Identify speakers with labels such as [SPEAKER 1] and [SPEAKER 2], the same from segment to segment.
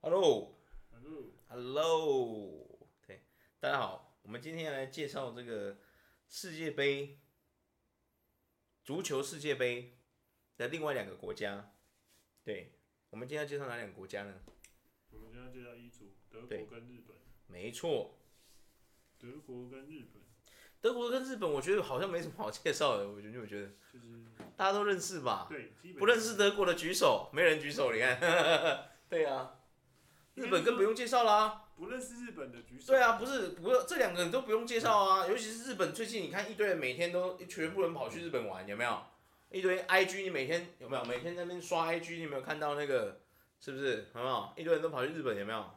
[SPEAKER 1] Hello。Hello。对，大家好，我们今天来介绍这个世界杯，足球世界杯的另外两个国家。对，我们今天要介绍哪两个国家呢？
[SPEAKER 2] 我们今天介绍一 E 组，德
[SPEAKER 1] 对
[SPEAKER 2] 国跟日本，
[SPEAKER 1] 没错，
[SPEAKER 2] 德国跟日本
[SPEAKER 1] 德国跟日本，我觉得好像没什么好介绍的，我觉得我觉得
[SPEAKER 2] 就是
[SPEAKER 1] 大家都认识吧？
[SPEAKER 2] 对，基本
[SPEAKER 1] 不认识德国的举手，没人举手，你看。 对啊，日本更不用介绍啦、
[SPEAKER 2] 不认识日本的举手，
[SPEAKER 1] 对，啊，不是，不是这两个人都不用介绍啊，尤其是日本，最近你看一堆人每天都全部人跑去日本玩，有没有？一堆 IG，你每天有没有？每天在那边刷 IG，你有没有看到那个？是不是？有没有？一堆人都跑去日本，有没有？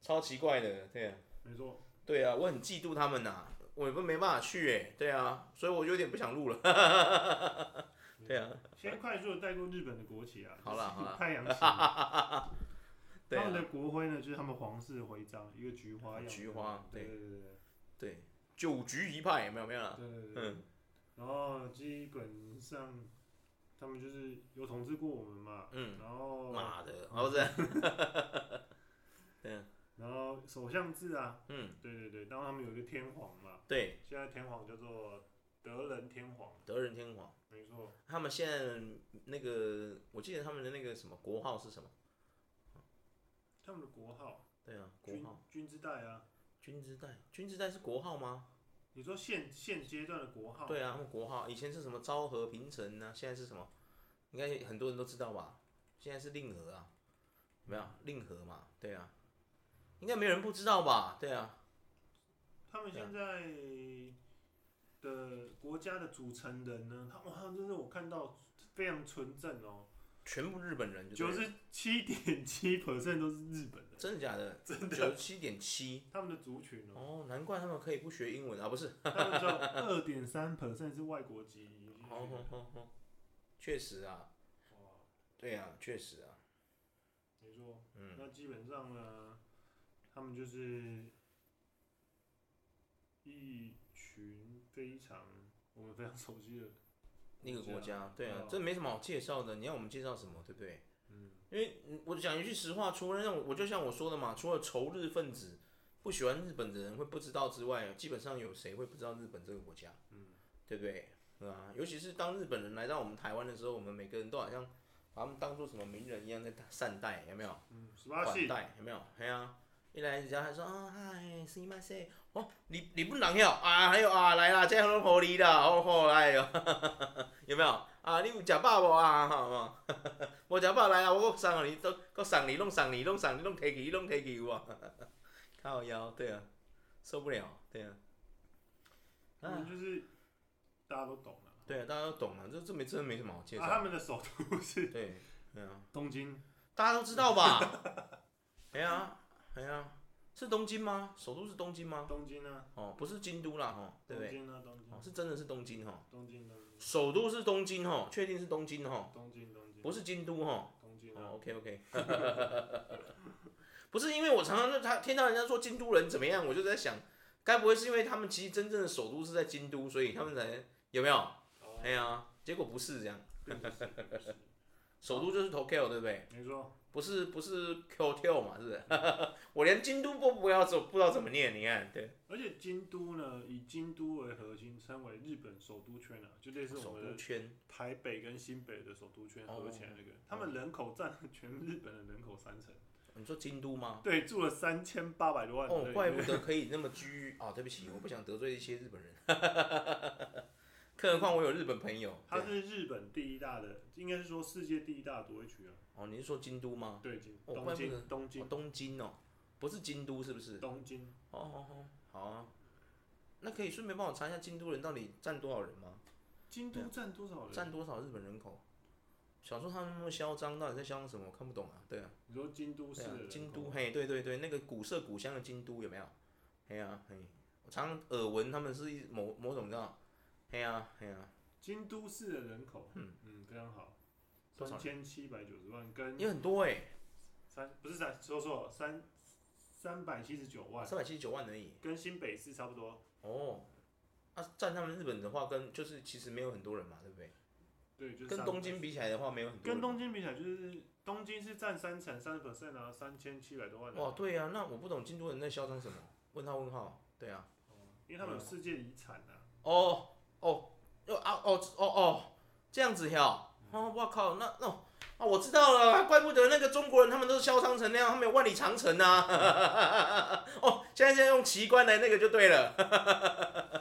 [SPEAKER 1] 超奇怪的，对啊，
[SPEAKER 2] 没错，
[SPEAKER 1] 对啊，我很嫉妒他们呐、我也不没办法去哎、对啊，所以我有点不想录了。 对啊，
[SPEAKER 2] 先快速的带过日本的国旗啊，
[SPEAKER 1] 好啦
[SPEAKER 2] 就是
[SPEAKER 1] 好啦
[SPEAKER 2] 太阳旗，
[SPEAKER 1] 对
[SPEAKER 2] 他们
[SPEAKER 1] 啊，
[SPEAKER 2] 的国徽呢就是他们皇室的徽章，一个菊花样的，
[SPEAKER 1] 菊花
[SPEAKER 2] 对
[SPEAKER 1] 对
[SPEAKER 2] 对对对
[SPEAKER 1] 对，九局一派有没有？没有啦。
[SPEAKER 2] 对对对对，
[SPEAKER 1] 嗯
[SPEAKER 2] 然后基本上他们就是有统治过我们嘛，
[SPEAKER 1] 嗯，
[SPEAKER 2] 然后
[SPEAKER 1] 妈的，哦不是，
[SPEAKER 2] 然后首相制啊，
[SPEAKER 1] 嗯，
[SPEAKER 2] 对对对，然后他们有一个天皇嘛，
[SPEAKER 1] 对，
[SPEAKER 2] 现在天皇叫做德仁天皇，
[SPEAKER 1] 德仁天皇。
[SPEAKER 2] 没错，
[SPEAKER 1] 他们现在那个，我记得他们的那个什么国号是什么？
[SPEAKER 2] 他们的国号
[SPEAKER 1] 对啊，国
[SPEAKER 2] 军
[SPEAKER 1] 号
[SPEAKER 2] 军之带啊。
[SPEAKER 1] 军之带，军之带是国号吗？
[SPEAKER 2] 你说现现阶段的国号，
[SPEAKER 1] 对啊，他们国号以前是什么昭和平成呢、现在是什么？应该很多人都知道吧？现在是令和啊，有没有令和嘛？对啊，应该没人不知道吧？对啊，
[SPEAKER 2] 他们现在的国家的组成人呢，他哇，真是我看到非常纯正哦，
[SPEAKER 1] 全部日本人就对
[SPEAKER 2] 九
[SPEAKER 1] 了
[SPEAKER 2] 十七点七 percent 都是日本人，
[SPEAKER 1] 真的假的？真的九十七点七
[SPEAKER 2] 他们的族群哦，
[SPEAKER 1] 哦，难怪他们可以不学英文啊，不是？
[SPEAKER 2] 他们只有二点三 percent 是外国籍，
[SPEAKER 1] 哦哦哦哦，确实啊，
[SPEAKER 2] 哇，
[SPEAKER 1] 对啊，确实啊，
[SPEAKER 2] 没错，
[SPEAKER 1] 嗯
[SPEAKER 2] 那基本上呢，他们就是一群非常我们非常熟悉的，
[SPEAKER 1] 那个国家，对啊
[SPEAKER 2] 哦，
[SPEAKER 1] 这没什么好介绍的。你要我们介绍什么，对不对？
[SPEAKER 2] 嗯，
[SPEAKER 1] 因为嗯我讲一句实话，除了那种，我就像我说的嘛，除了仇日分子不喜欢日本的人会不知道之外，基本上有谁会不知道日本这个国家？
[SPEAKER 2] 嗯，
[SPEAKER 1] 对不对？对啊，尤其是当日本人来到我们台湾的时候，我们每个人都好像把他们当做什么名人一样在善待，有没有？
[SPEAKER 2] 嗯，十八
[SPEAKER 1] 款
[SPEAKER 2] 系，
[SPEAKER 1] 待有没有？哎呀、啊，一来人家还说啊嗨，すいません，哦，你你不能跳啊，还有啊来啦，这很合理啦，哦好好来哟， 有没有？啊，你有食饱无啊？好无？ 无食饱来啊，我搁送互你，都搁送你，弄送你，弄送你，弄摕去，弄摕去有啊？ 靠腰，对啊，受不了，对啊，
[SPEAKER 2] 他们就是大家都懂了。
[SPEAKER 1] 对啊，大家都懂了，这这没真的没什么好介绍，
[SPEAKER 2] 啊，他们的首都 是
[SPEAKER 1] 对，对啊。
[SPEAKER 2] 东京，
[SPEAKER 1] 大家都知道吧？ 哎呀，哎呀，是东京吗？首都是东京吗？
[SPEAKER 2] 东京啊，
[SPEAKER 1] 哦，不是京都啦，吼，对不
[SPEAKER 2] 东
[SPEAKER 1] 对？
[SPEAKER 2] 京啊，东京
[SPEAKER 1] 哦，，是真的是东京吼，
[SPEAKER 2] 东京，东京，
[SPEAKER 1] 首都是东京吼，确定是东京吼，
[SPEAKER 2] 东京，东京，
[SPEAKER 1] 不是京都吼。
[SPEAKER 2] 东京
[SPEAKER 1] 哦
[SPEAKER 2] 啊，
[SPEAKER 1] ，OK OK，不是因为我常常就他听到人家说京都人怎么样，我就在想，该不会是因为他们其实真正的首都是在京都，所以他们才有没有？
[SPEAKER 2] 哦
[SPEAKER 1] 哎呀，结果不是这样，
[SPEAKER 2] 并不是并不是
[SPEAKER 1] 首都就是 Tokyo 对不对？
[SPEAKER 2] 没错，
[SPEAKER 1] 不是不是 Kyoto 嘛，是不是？ 我连京都都不要走，不知道怎么念，你看，对，
[SPEAKER 2] 而且京都呢，以京都为核心，称为日本首都圈啊，就类似我
[SPEAKER 1] 首
[SPEAKER 2] 们
[SPEAKER 1] 都
[SPEAKER 2] 的
[SPEAKER 1] 圈，
[SPEAKER 2] 台北跟新北的首都圈
[SPEAKER 1] 哦
[SPEAKER 2] 合起来那个，他们人口占了全日本的人口三成，
[SPEAKER 1] 哦你说京都吗？
[SPEAKER 2] 对，住了三千八百多万人，
[SPEAKER 1] 哦，怪不得可以那么居啊、哦！对不起，我不想得罪一些日本人， 更何况我有日本朋友。
[SPEAKER 2] 它
[SPEAKER 1] 对
[SPEAKER 2] 是日本第一大的，应该是说世界第一大的都会区啊，
[SPEAKER 1] 哦，你是说京都吗？
[SPEAKER 2] 对，京
[SPEAKER 1] 哦
[SPEAKER 2] 东
[SPEAKER 1] 怪不得
[SPEAKER 2] 京，东
[SPEAKER 1] 哦
[SPEAKER 2] 京，，
[SPEAKER 1] 东京哦，不是京都是不是？
[SPEAKER 2] 东京。
[SPEAKER 1] 哦哦哦，好啊。那可以顺便帮我查一下京都人到底占多少人吗？
[SPEAKER 2] 京都占多少人？
[SPEAKER 1] 啊占多少日本人口？想说他们那么嚣张，到底在嚣张什么？我看不懂啊。对啊。
[SPEAKER 2] 你说京都市
[SPEAKER 1] 对
[SPEAKER 2] 的
[SPEAKER 1] 啊
[SPEAKER 2] 人口，
[SPEAKER 1] 京都嘿，对对对，那个古色古香的京都有没有？嘿啊嘿，我常常耳闻他们是一某某种叫，嘿啊嘿啊，
[SPEAKER 2] 京都市的人口，嗯非常好，
[SPEAKER 1] 多少
[SPEAKER 2] 三千七百九十万跟
[SPEAKER 1] 也很多哎、
[SPEAKER 2] 三不是三说错了三三百七十九万，
[SPEAKER 1] 三百七十九万而已
[SPEAKER 2] 跟新北市差不多。
[SPEAKER 1] 哦。啊，占他们日本的话跟，就是其实没有很多人嘛，对不对？
[SPEAKER 2] 对，就是
[SPEAKER 1] 跟
[SPEAKER 2] 三
[SPEAKER 1] 东京比起来的话，没有很多人。
[SPEAKER 2] 跟东京比起来，就是东京是占三成三十 percent 啊，三千七百多万人。
[SPEAKER 1] 哇，对啊，那我不懂京都人在嚣张什么？问号问号，对啊，
[SPEAKER 2] 哦因为他们有世界遗产啊。
[SPEAKER 1] 哦哦哦啊哦哦哦，这样子呀，哦，我靠，那那、哦、啊，我知道了，怪不得那个中国人他们都是嚣张成那样，他们有万里长城啊， 哦，现在现在用奇观来那个就对了，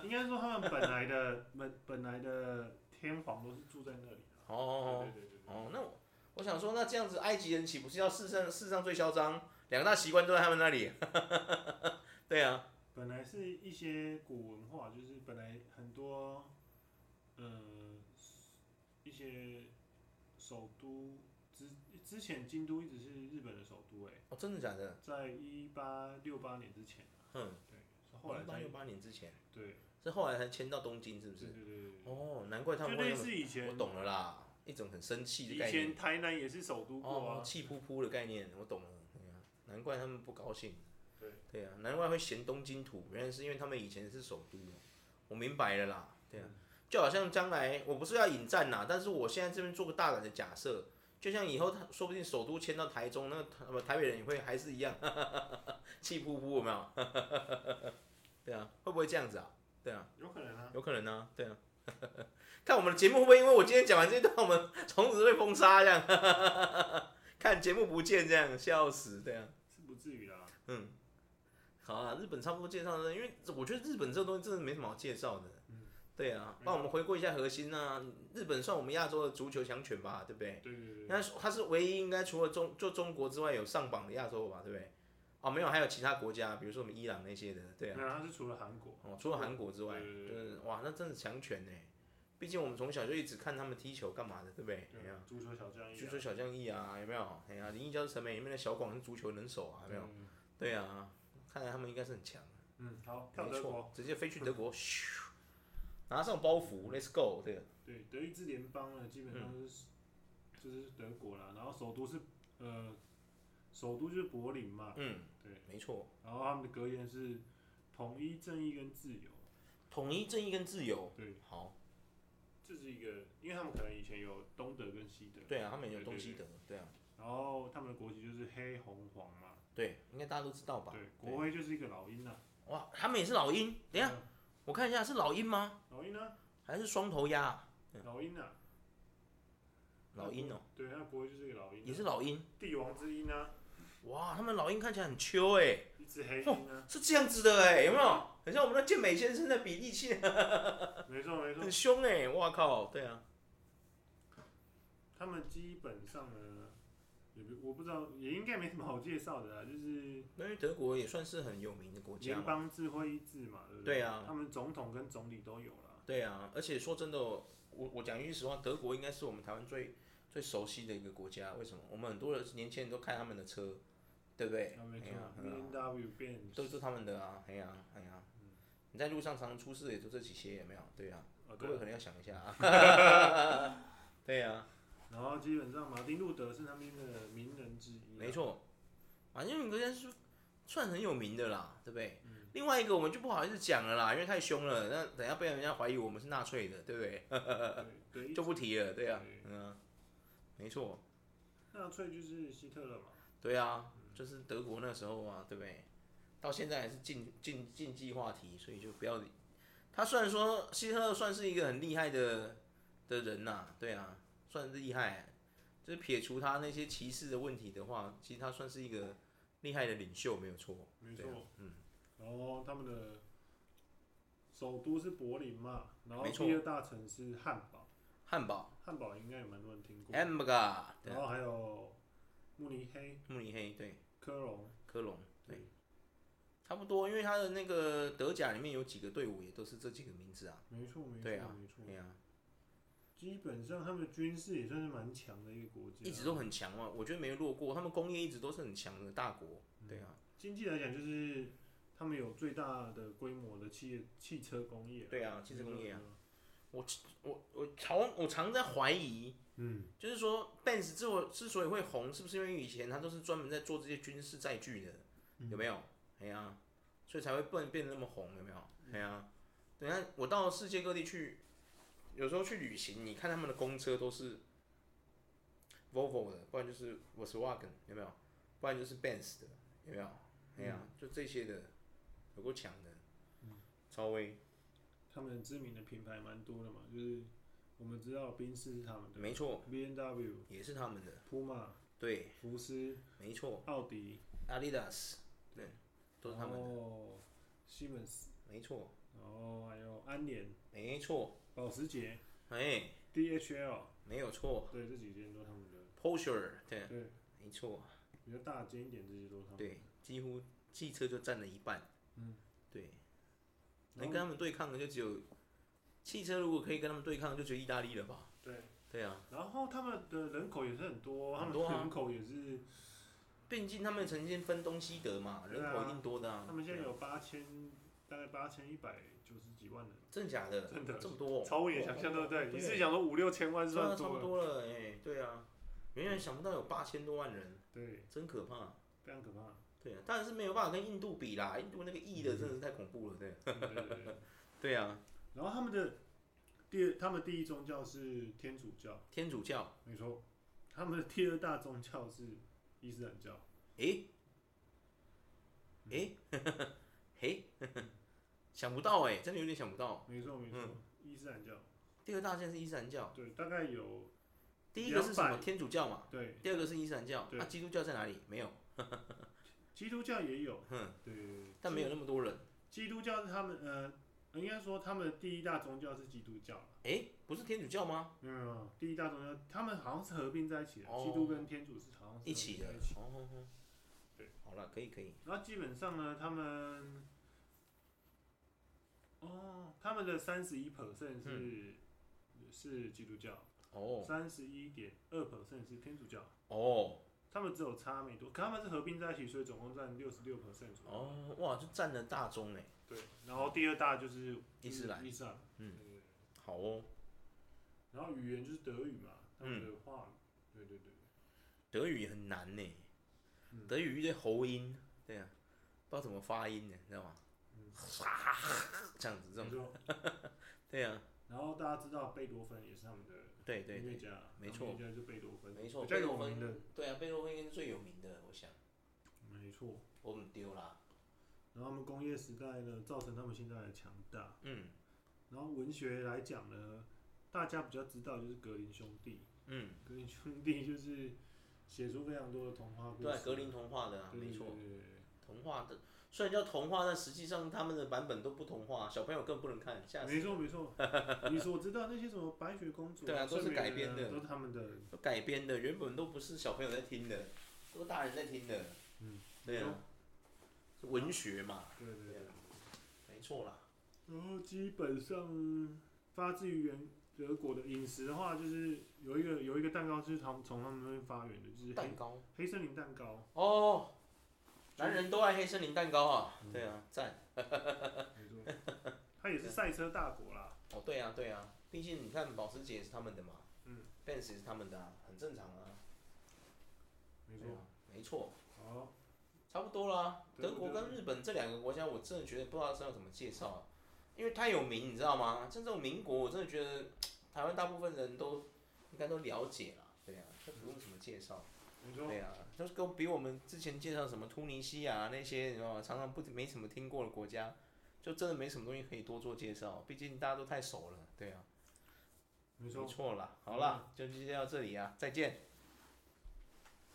[SPEAKER 2] 应该说他们本来的本本来的天皇都是住在那里啊。
[SPEAKER 1] 哦哦
[SPEAKER 2] 对对对对。
[SPEAKER 1] 哦，那我我想说，那这样子埃及人岂不是要世上世上最嚣张？两大奇观都在他们那里， 对啊，
[SPEAKER 2] 本来是一些古文化，就是本来很多，呃，一些首都之之前京都一直是日本的首都、欸，
[SPEAKER 1] 哦，真的假的？
[SPEAKER 2] 在一八六八年之前啊，
[SPEAKER 1] 嗯，
[SPEAKER 2] 对，是后来
[SPEAKER 1] 八
[SPEAKER 2] 才
[SPEAKER 1] 六八年之前
[SPEAKER 2] 对，
[SPEAKER 1] 是后来才迁到东京，是不
[SPEAKER 2] 对
[SPEAKER 1] 是？
[SPEAKER 2] 对对嗯对，
[SPEAKER 1] 哦，难怪他
[SPEAKER 2] 就
[SPEAKER 1] 们会
[SPEAKER 2] 类
[SPEAKER 1] 那么。
[SPEAKER 2] 似以
[SPEAKER 1] 我
[SPEAKER 2] 前
[SPEAKER 1] 懂了啦，一种很生气
[SPEAKER 2] 以
[SPEAKER 1] 的概念
[SPEAKER 2] 前。台南也是首都过
[SPEAKER 1] 哦
[SPEAKER 2] 啊，，
[SPEAKER 1] 气扑扑的概念，我懂了。对啊，难怪他们不高兴。
[SPEAKER 2] 对
[SPEAKER 1] 对啊，难怪会嫌东京土，原来是因为他们以前是首都哦。我明白了啦，对啊，
[SPEAKER 2] 嗯
[SPEAKER 1] 就好像将来我不是要引战啦，但是我现在这边做个大胆的假设，就像以后他说不定首都迁到台中，那个台不台北人也会还是一样气扑扑，有没有？ 对啊，会不会这样子啊？对啊。
[SPEAKER 2] 有可能啊，
[SPEAKER 1] 有可能啊，对啊。 看我们的节目会不会因为我今天讲完这段，我们从此被封杀这样？ 看节目不见这样，笑死，对啊。
[SPEAKER 2] 是不至于啦，
[SPEAKER 1] 嗯，好啊，日本差不多介绍了，因为我觉得日本这个东西真的没什么好介绍的。对啊，帮我们回顾一下核心啊，日本算我们亚洲的足球强权吧，对不对？
[SPEAKER 2] 对对对对，
[SPEAKER 1] 那它是唯一应该除了中就中国之外有上榜的亚洲吧，对不对？哦，没有，还有其他国家，比如说我们伊朗那些的，对啊。
[SPEAKER 2] 没有，他是除了韩国，
[SPEAKER 1] 哦，除了韩国之外，
[SPEAKER 2] 对对
[SPEAKER 1] 就
[SPEAKER 2] 对
[SPEAKER 1] 是哇，那真的强权呢。毕竟我们从小就一直看他们踢球干嘛的，对不对？哎
[SPEAKER 2] 对
[SPEAKER 1] 呀，
[SPEAKER 2] 啊，足球小将一样，
[SPEAKER 1] 足球小将翼啊，有没有？哎呀，林毅教是陈美里面的小广是足球能手啊，有没有？
[SPEAKER 2] 嗯
[SPEAKER 1] 对啊，看来他们应该是很强，
[SPEAKER 2] 嗯，好，跳
[SPEAKER 1] 没
[SPEAKER 2] 德国，
[SPEAKER 1] 错，直接飞去德国，咻，拿上包袱，Let's go，这个
[SPEAKER 2] 对，德意志联邦呢，基本上
[SPEAKER 1] 嗯
[SPEAKER 2] 就是、就是德国啦，然后首都是呃，首都就是柏林嘛，
[SPEAKER 1] 嗯，
[SPEAKER 2] 对，
[SPEAKER 1] 没错，
[SPEAKER 2] 然后他们的格言是统一、正义跟自由，
[SPEAKER 1] 统一正义跟自由，
[SPEAKER 2] 对，
[SPEAKER 1] 好，
[SPEAKER 2] 这是一个，因为他们可能以前有东德跟西德，
[SPEAKER 1] 对啊，他们有东西德，对啊，
[SPEAKER 2] 然后他们的国旗就是黑红黄嘛，
[SPEAKER 1] 对，应该大家都知道吧？
[SPEAKER 2] 对，国徽就是一个老鹰啊，
[SPEAKER 1] 哇，他们也是老鹰，等一下
[SPEAKER 2] 嗯
[SPEAKER 1] 我看一下是老鹰吗？
[SPEAKER 2] 老鹰啊，
[SPEAKER 1] 还是双头鸭啊？
[SPEAKER 2] 老鹰啊，
[SPEAKER 1] 老鹰哦，
[SPEAKER 2] 对，它的国徽就是一个老鹰啊、
[SPEAKER 1] 也是老鹰。
[SPEAKER 2] 帝王之鹰啊，
[SPEAKER 1] 哇，他们老鹰看起来很秋哎、
[SPEAKER 2] 一只黑鹰啊，
[SPEAKER 1] 是这样子的哎、有没有？很像我们的健美先生的比例器，哦
[SPEAKER 2] 没错没错
[SPEAKER 1] 很，凶哎、哇靠，对啊，
[SPEAKER 2] 他们基本上呢，也不我不知道，也应该没什么好介绍的啦，啊就是
[SPEAKER 1] 那因为德国也算是很有名的国家
[SPEAKER 2] 联
[SPEAKER 1] 嘛，
[SPEAKER 2] 邦制会议制嘛，对不
[SPEAKER 1] 对啊
[SPEAKER 2] 他们总统跟总理都有啦。
[SPEAKER 1] 对啊，而且说真的，我我讲一句实话，德国应该是我们台湾最最熟悉的一个国家，为什么？我们很多的年轻人都开他们的车，对不对？
[SPEAKER 2] 啊，没
[SPEAKER 1] 哎
[SPEAKER 2] 错
[SPEAKER 1] 呀
[SPEAKER 2] ，B
[SPEAKER 1] 对啊
[SPEAKER 2] N W 变
[SPEAKER 1] 都是他们的啊，哎呀、哎呀、
[SPEAKER 2] 嗯
[SPEAKER 1] 你在路上常常出事也就这几些，有没有？对啊，
[SPEAKER 2] 啊，
[SPEAKER 1] 各
[SPEAKER 2] 对
[SPEAKER 1] 位
[SPEAKER 2] 啊。
[SPEAKER 1] 可能要想一下啊， 对啊。
[SPEAKER 2] 然后基本上马丁路德是他们的名人之一。啊
[SPEAKER 1] 没。错，反正有个人是算很有名的啦，对不对？另外一个我们就不好意思讲了啦，因为太凶了，那等下被人家怀疑我们是纳粹的，对不对？
[SPEAKER 2] 对，
[SPEAKER 1] 就
[SPEAKER 2] 对，
[SPEAKER 1] 不提了，对啊
[SPEAKER 2] 对，
[SPEAKER 1] 嗯啊没错，
[SPEAKER 2] 纳粹就是希特勒嘛。
[SPEAKER 1] 对啊，就是德国那时候啊，对不对？到现在还是禁禁禁忌话题，所以就不要理。他虽然说希特勒算是一个很厉害的的人呐、对啊，算是厉害。就是撇除他那些歧视的问题的话，其实他算是一个厉害的领袖，没有错。
[SPEAKER 2] 没
[SPEAKER 1] 对啊
[SPEAKER 2] 错。嗯。然后他们的首都是柏林嘛，然后
[SPEAKER 1] 没错
[SPEAKER 2] 第二大城市汉堡，
[SPEAKER 1] 汉堡
[SPEAKER 2] 汉堡应该也蛮多人听过。
[SPEAKER 1] ，hamburger，对啊
[SPEAKER 2] 然后还有慕尼黑、
[SPEAKER 1] 慕尼黑，对，
[SPEAKER 2] 科隆。
[SPEAKER 1] 科隆，对，差不多，因为他的那个德甲里面有几个队伍也都是这几个名字啊，
[SPEAKER 2] 没错，没
[SPEAKER 1] 对
[SPEAKER 2] 错，
[SPEAKER 1] 啊
[SPEAKER 2] 没错。
[SPEAKER 1] 对啊，
[SPEAKER 2] 基本上他们的军事也算是蛮强的一个国家，
[SPEAKER 1] 一直都很强啊，我觉得没落过，他们工业一直都是很强的大国，对啊，
[SPEAKER 2] 经济来讲就是他们有最大的规模的企业汽车工业，
[SPEAKER 1] 对啊汽车工业啊
[SPEAKER 2] 没错，
[SPEAKER 1] 我我常我常在怀疑，
[SPEAKER 2] 嗯，
[SPEAKER 1] 就是说 Benz 之我之所以会红，是不是因为以前他都是专门在做这些军事载具的，有没有？哎呀、所以才会变变得那么红，有没有？哎呀、等下我到世界各地去，有时候去旅行，你看他们的公车都是 Volvo 的，不然就是 Volkswagen 有没有？不然就是 Benz 的有没有？哎呀、就这些的，有够强的，超威。
[SPEAKER 2] 他们知名的品牌蛮多的嘛，就是我们知道宾士是他们的，
[SPEAKER 1] 没错，
[SPEAKER 2] B N W、
[SPEAKER 1] 也是他们的，
[SPEAKER 2] 普马、
[SPEAKER 1] 对，
[SPEAKER 2] 福斯、
[SPEAKER 1] 没错
[SPEAKER 2] 奥迪，
[SPEAKER 1] ，Adidas，对，都是他们的，
[SPEAKER 2] 哦，西门斯，
[SPEAKER 1] 没错，
[SPEAKER 2] 然后还有安联、
[SPEAKER 1] 没错，
[SPEAKER 2] 保时捷、
[SPEAKER 1] 哎，
[SPEAKER 2] D H L，
[SPEAKER 1] 没有错
[SPEAKER 2] 对，这几间都是他们的，
[SPEAKER 1] ，Porsche，对，
[SPEAKER 2] 对，
[SPEAKER 1] 没错，
[SPEAKER 2] 比较大间一点这些都是他们的。
[SPEAKER 1] 对，几乎汽车就占了一半，
[SPEAKER 2] 嗯，
[SPEAKER 1] 对，能
[SPEAKER 2] 然
[SPEAKER 1] 跟
[SPEAKER 2] 后
[SPEAKER 1] 他们对抗的就只有汽车，如果可以跟他们对抗，就只有意大利了吧？
[SPEAKER 2] 对，
[SPEAKER 1] 对啊，
[SPEAKER 2] 然后他们的人口也是很多，他
[SPEAKER 1] 很
[SPEAKER 2] 们
[SPEAKER 1] 多啊
[SPEAKER 2] 的人口也是，
[SPEAKER 1] 毕竟他们曾经分东西德嘛，人
[SPEAKER 2] 对啊
[SPEAKER 1] 口一定多的啊，
[SPEAKER 2] 他们现在
[SPEAKER 1] 对啊
[SPEAKER 2] 有八千，大概八千一百九十几万人。
[SPEAKER 1] 真假的，
[SPEAKER 2] 真的
[SPEAKER 1] 这么多哦，
[SPEAKER 2] 超乎你的想象，对不对？你是想说五六千万
[SPEAKER 1] 对啊
[SPEAKER 2] 算
[SPEAKER 1] 差
[SPEAKER 2] 多
[SPEAKER 1] 不
[SPEAKER 2] 了，
[SPEAKER 1] 多了，哎，对啊，远远想不到有八千多万人，
[SPEAKER 2] 对，
[SPEAKER 1] 真可怕。
[SPEAKER 2] 非常可怕。
[SPEAKER 1] 对啊，当然是没有办法跟印度比啦，印度那个亿的真的是太恐怖了，对。啊
[SPEAKER 2] 对对对对
[SPEAKER 1] 对啊，
[SPEAKER 2] 然后他们的第二，他们第一宗教是天主教，
[SPEAKER 1] 天主教，
[SPEAKER 2] 没错。他们的第二大宗教是伊斯兰教，
[SPEAKER 1] 诶、诶、 嘿， 想不到哎、真的有点想不到。
[SPEAKER 2] 没错没错
[SPEAKER 1] 嗯，
[SPEAKER 2] 伊斯兰教。
[SPEAKER 1] 第二大件是伊斯兰教，
[SPEAKER 2] 对，大概有
[SPEAKER 1] 第一个是什么？
[SPEAKER 2] 200
[SPEAKER 1] 天主教嘛，
[SPEAKER 2] 对
[SPEAKER 1] 第二个是伊斯兰教。
[SPEAKER 2] 对
[SPEAKER 1] 啊，基督教在哪里？没有，
[SPEAKER 2] 基督教也有，
[SPEAKER 1] 哼，
[SPEAKER 2] 对对对，
[SPEAKER 1] 嗯但没有那么多人。
[SPEAKER 2] 基督教是他们呃，应该说他们的第一大宗教是基督教。
[SPEAKER 1] 诶、不是天主教吗？
[SPEAKER 2] 没有没有没有，第一大宗教他们好像是合并在一起的，
[SPEAKER 1] 哦
[SPEAKER 2] 基督跟天主是好像是
[SPEAKER 1] 一起的
[SPEAKER 2] 合并在一起。。
[SPEAKER 1] 哦哦哦，
[SPEAKER 2] 对，
[SPEAKER 1] 好了，可以可以。
[SPEAKER 2] 然后基本上呢，他们，哦，他们的三十一 percent 是、
[SPEAKER 1] 嗯
[SPEAKER 2] 是基督教，
[SPEAKER 1] 哦
[SPEAKER 2] 三十一点二 percent 是天主教，
[SPEAKER 1] 哦
[SPEAKER 2] 他们只有差没多，可他们是合并在一起，所以总共占六十六 percent 左右。
[SPEAKER 1] 哦，哇，就占了大宗哎、
[SPEAKER 2] 对，然后第二大就是
[SPEAKER 1] 伊斯兰
[SPEAKER 2] 伊斯兰，
[SPEAKER 1] 嗯
[SPEAKER 2] 对，对对
[SPEAKER 1] 好哦，
[SPEAKER 2] 然后语言就是德语嘛，他
[SPEAKER 1] 嗯
[SPEAKER 2] 们的话语，对对对，
[SPEAKER 1] 德语也很难呢、
[SPEAKER 2] 嗯
[SPEAKER 1] 德语一堆喉音，对啊，不知道怎么发音呢，你知道吗？
[SPEAKER 2] 嗯
[SPEAKER 1] 这样子这
[SPEAKER 2] 没
[SPEAKER 1] 种，
[SPEAKER 2] 错。
[SPEAKER 1] 对啊，
[SPEAKER 2] 然后大家知道贝多芬也是他们的
[SPEAKER 1] 对对
[SPEAKER 2] 音乐
[SPEAKER 1] 对，
[SPEAKER 2] 家，
[SPEAKER 1] 没错
[SPEAKER 2] 他们音乐家就是贝多芬，
[SPEAKER 1] 没错，
[SPEAKER 2] 比较
[SPEAKER 1] 贝
[SPEAKER 2] 有
[SPEAKER 1] 多
[SPEAKER 2] 名的，
[SPEAKER 1] 芬，对啊，贝多芬应该是最有名的，我想，
[SPEAKER 2] 没错。
[SPEAKER 1] 我们丢啦，
[SPEAKER 2] 然后他们工业时代呢，造成他们现在的强大。
[SPEAKER 1] 嗯
[SPEAKER 2] 然后文学来讲呢，大家比较知道就是格林兄弟，
[SPEAKER 1] 嗯，
[SPEAKER 2] 格林兄弟就是写出非常多的童话故事。
[SPEAKER 1] 对啊，格林童话的啊，
[SPEAKER 2] 对，
[SPEAKER 1] 没错
[SPEAKER 2] 对，对对对
[SPEAKER 1] 童话的，虽然叫童话，但实际上他们的版本都不童话，小朋友更不能看，吓
[SPEAKER 2] 没
[SPEAKER 1] 死，
[SPEAKER 2] 错没 错。你所知道那些什么白雪公主、
[SPEAKER 1] 对啊都是
[SPEAKER 2] 睡美人
[SPEAKER 1] 改编的
[SPEAKER 2] 都是他们的。
[SPEAKER 1] 都改编的，原本都不是小朋友在听的，都是大人在听的，
[SPEAKER 2] 嗯，
[SPEAKER 1] 对啊，是文学嘛，
[SPEAKER 2] 对对对。
[SPEAKER 1] 啊没错啦，
[SPEAKER 2] 然后基本上发自于原德国的饮食的话，就是有一个有一个蛋糕是从从他们那边发源的，就是黑
[SPEAKER 1] 蛋糕。
[SPEAKER 2] 黑森林蛋糕。
[SPEAKER 1] 哦，男人都爱黑森林蛋糕啊，对啊，赞。
[SPEAKER 2] 没 错，它也是赛车大国啦。
[SPEAKER 1] 哦，对啊，对啊，毕竟你看保时捷也是他们的嘛，
[SPEAKER 2] 嗯
[SPEAKER 1] ，Benz 也是他们的、啊，很正常啊。
[SPEAKER 2] 没
[SPEAKER 1] 对啊，没错，
[SPEAKER 2] 好，
[SPEAKER 1] 差不多啦。
[SPEAKER 2] 德
[SPEAKER 1] 德
[SPEAKER 2] 国
[SPEAKER 1] 国跟日本这两个国家，我真的觉得不知道是要怎么介绍、啊，因为太有名，你知道吗？像这种民国，我真的觉得嗯台湾大部分人都应该都了解啦。对啊，这不用怎么介绍。
[SPEAKER 2] 没错，
[SPEAKER 1] 对啊，就是跟比我们之前介绍什么突尼西亚那些，你知道吗？常常不没什么听过的国家，就真的没什么东西可以多做介绍，毕竟大家都太熟了。对啊，
[SPEAKER 2] 没
[SPEAKER 1] 没
[SPEAKER 2] 错。
[SPEAKER 1] 错啦，好啦，就今天到这里啊，再见。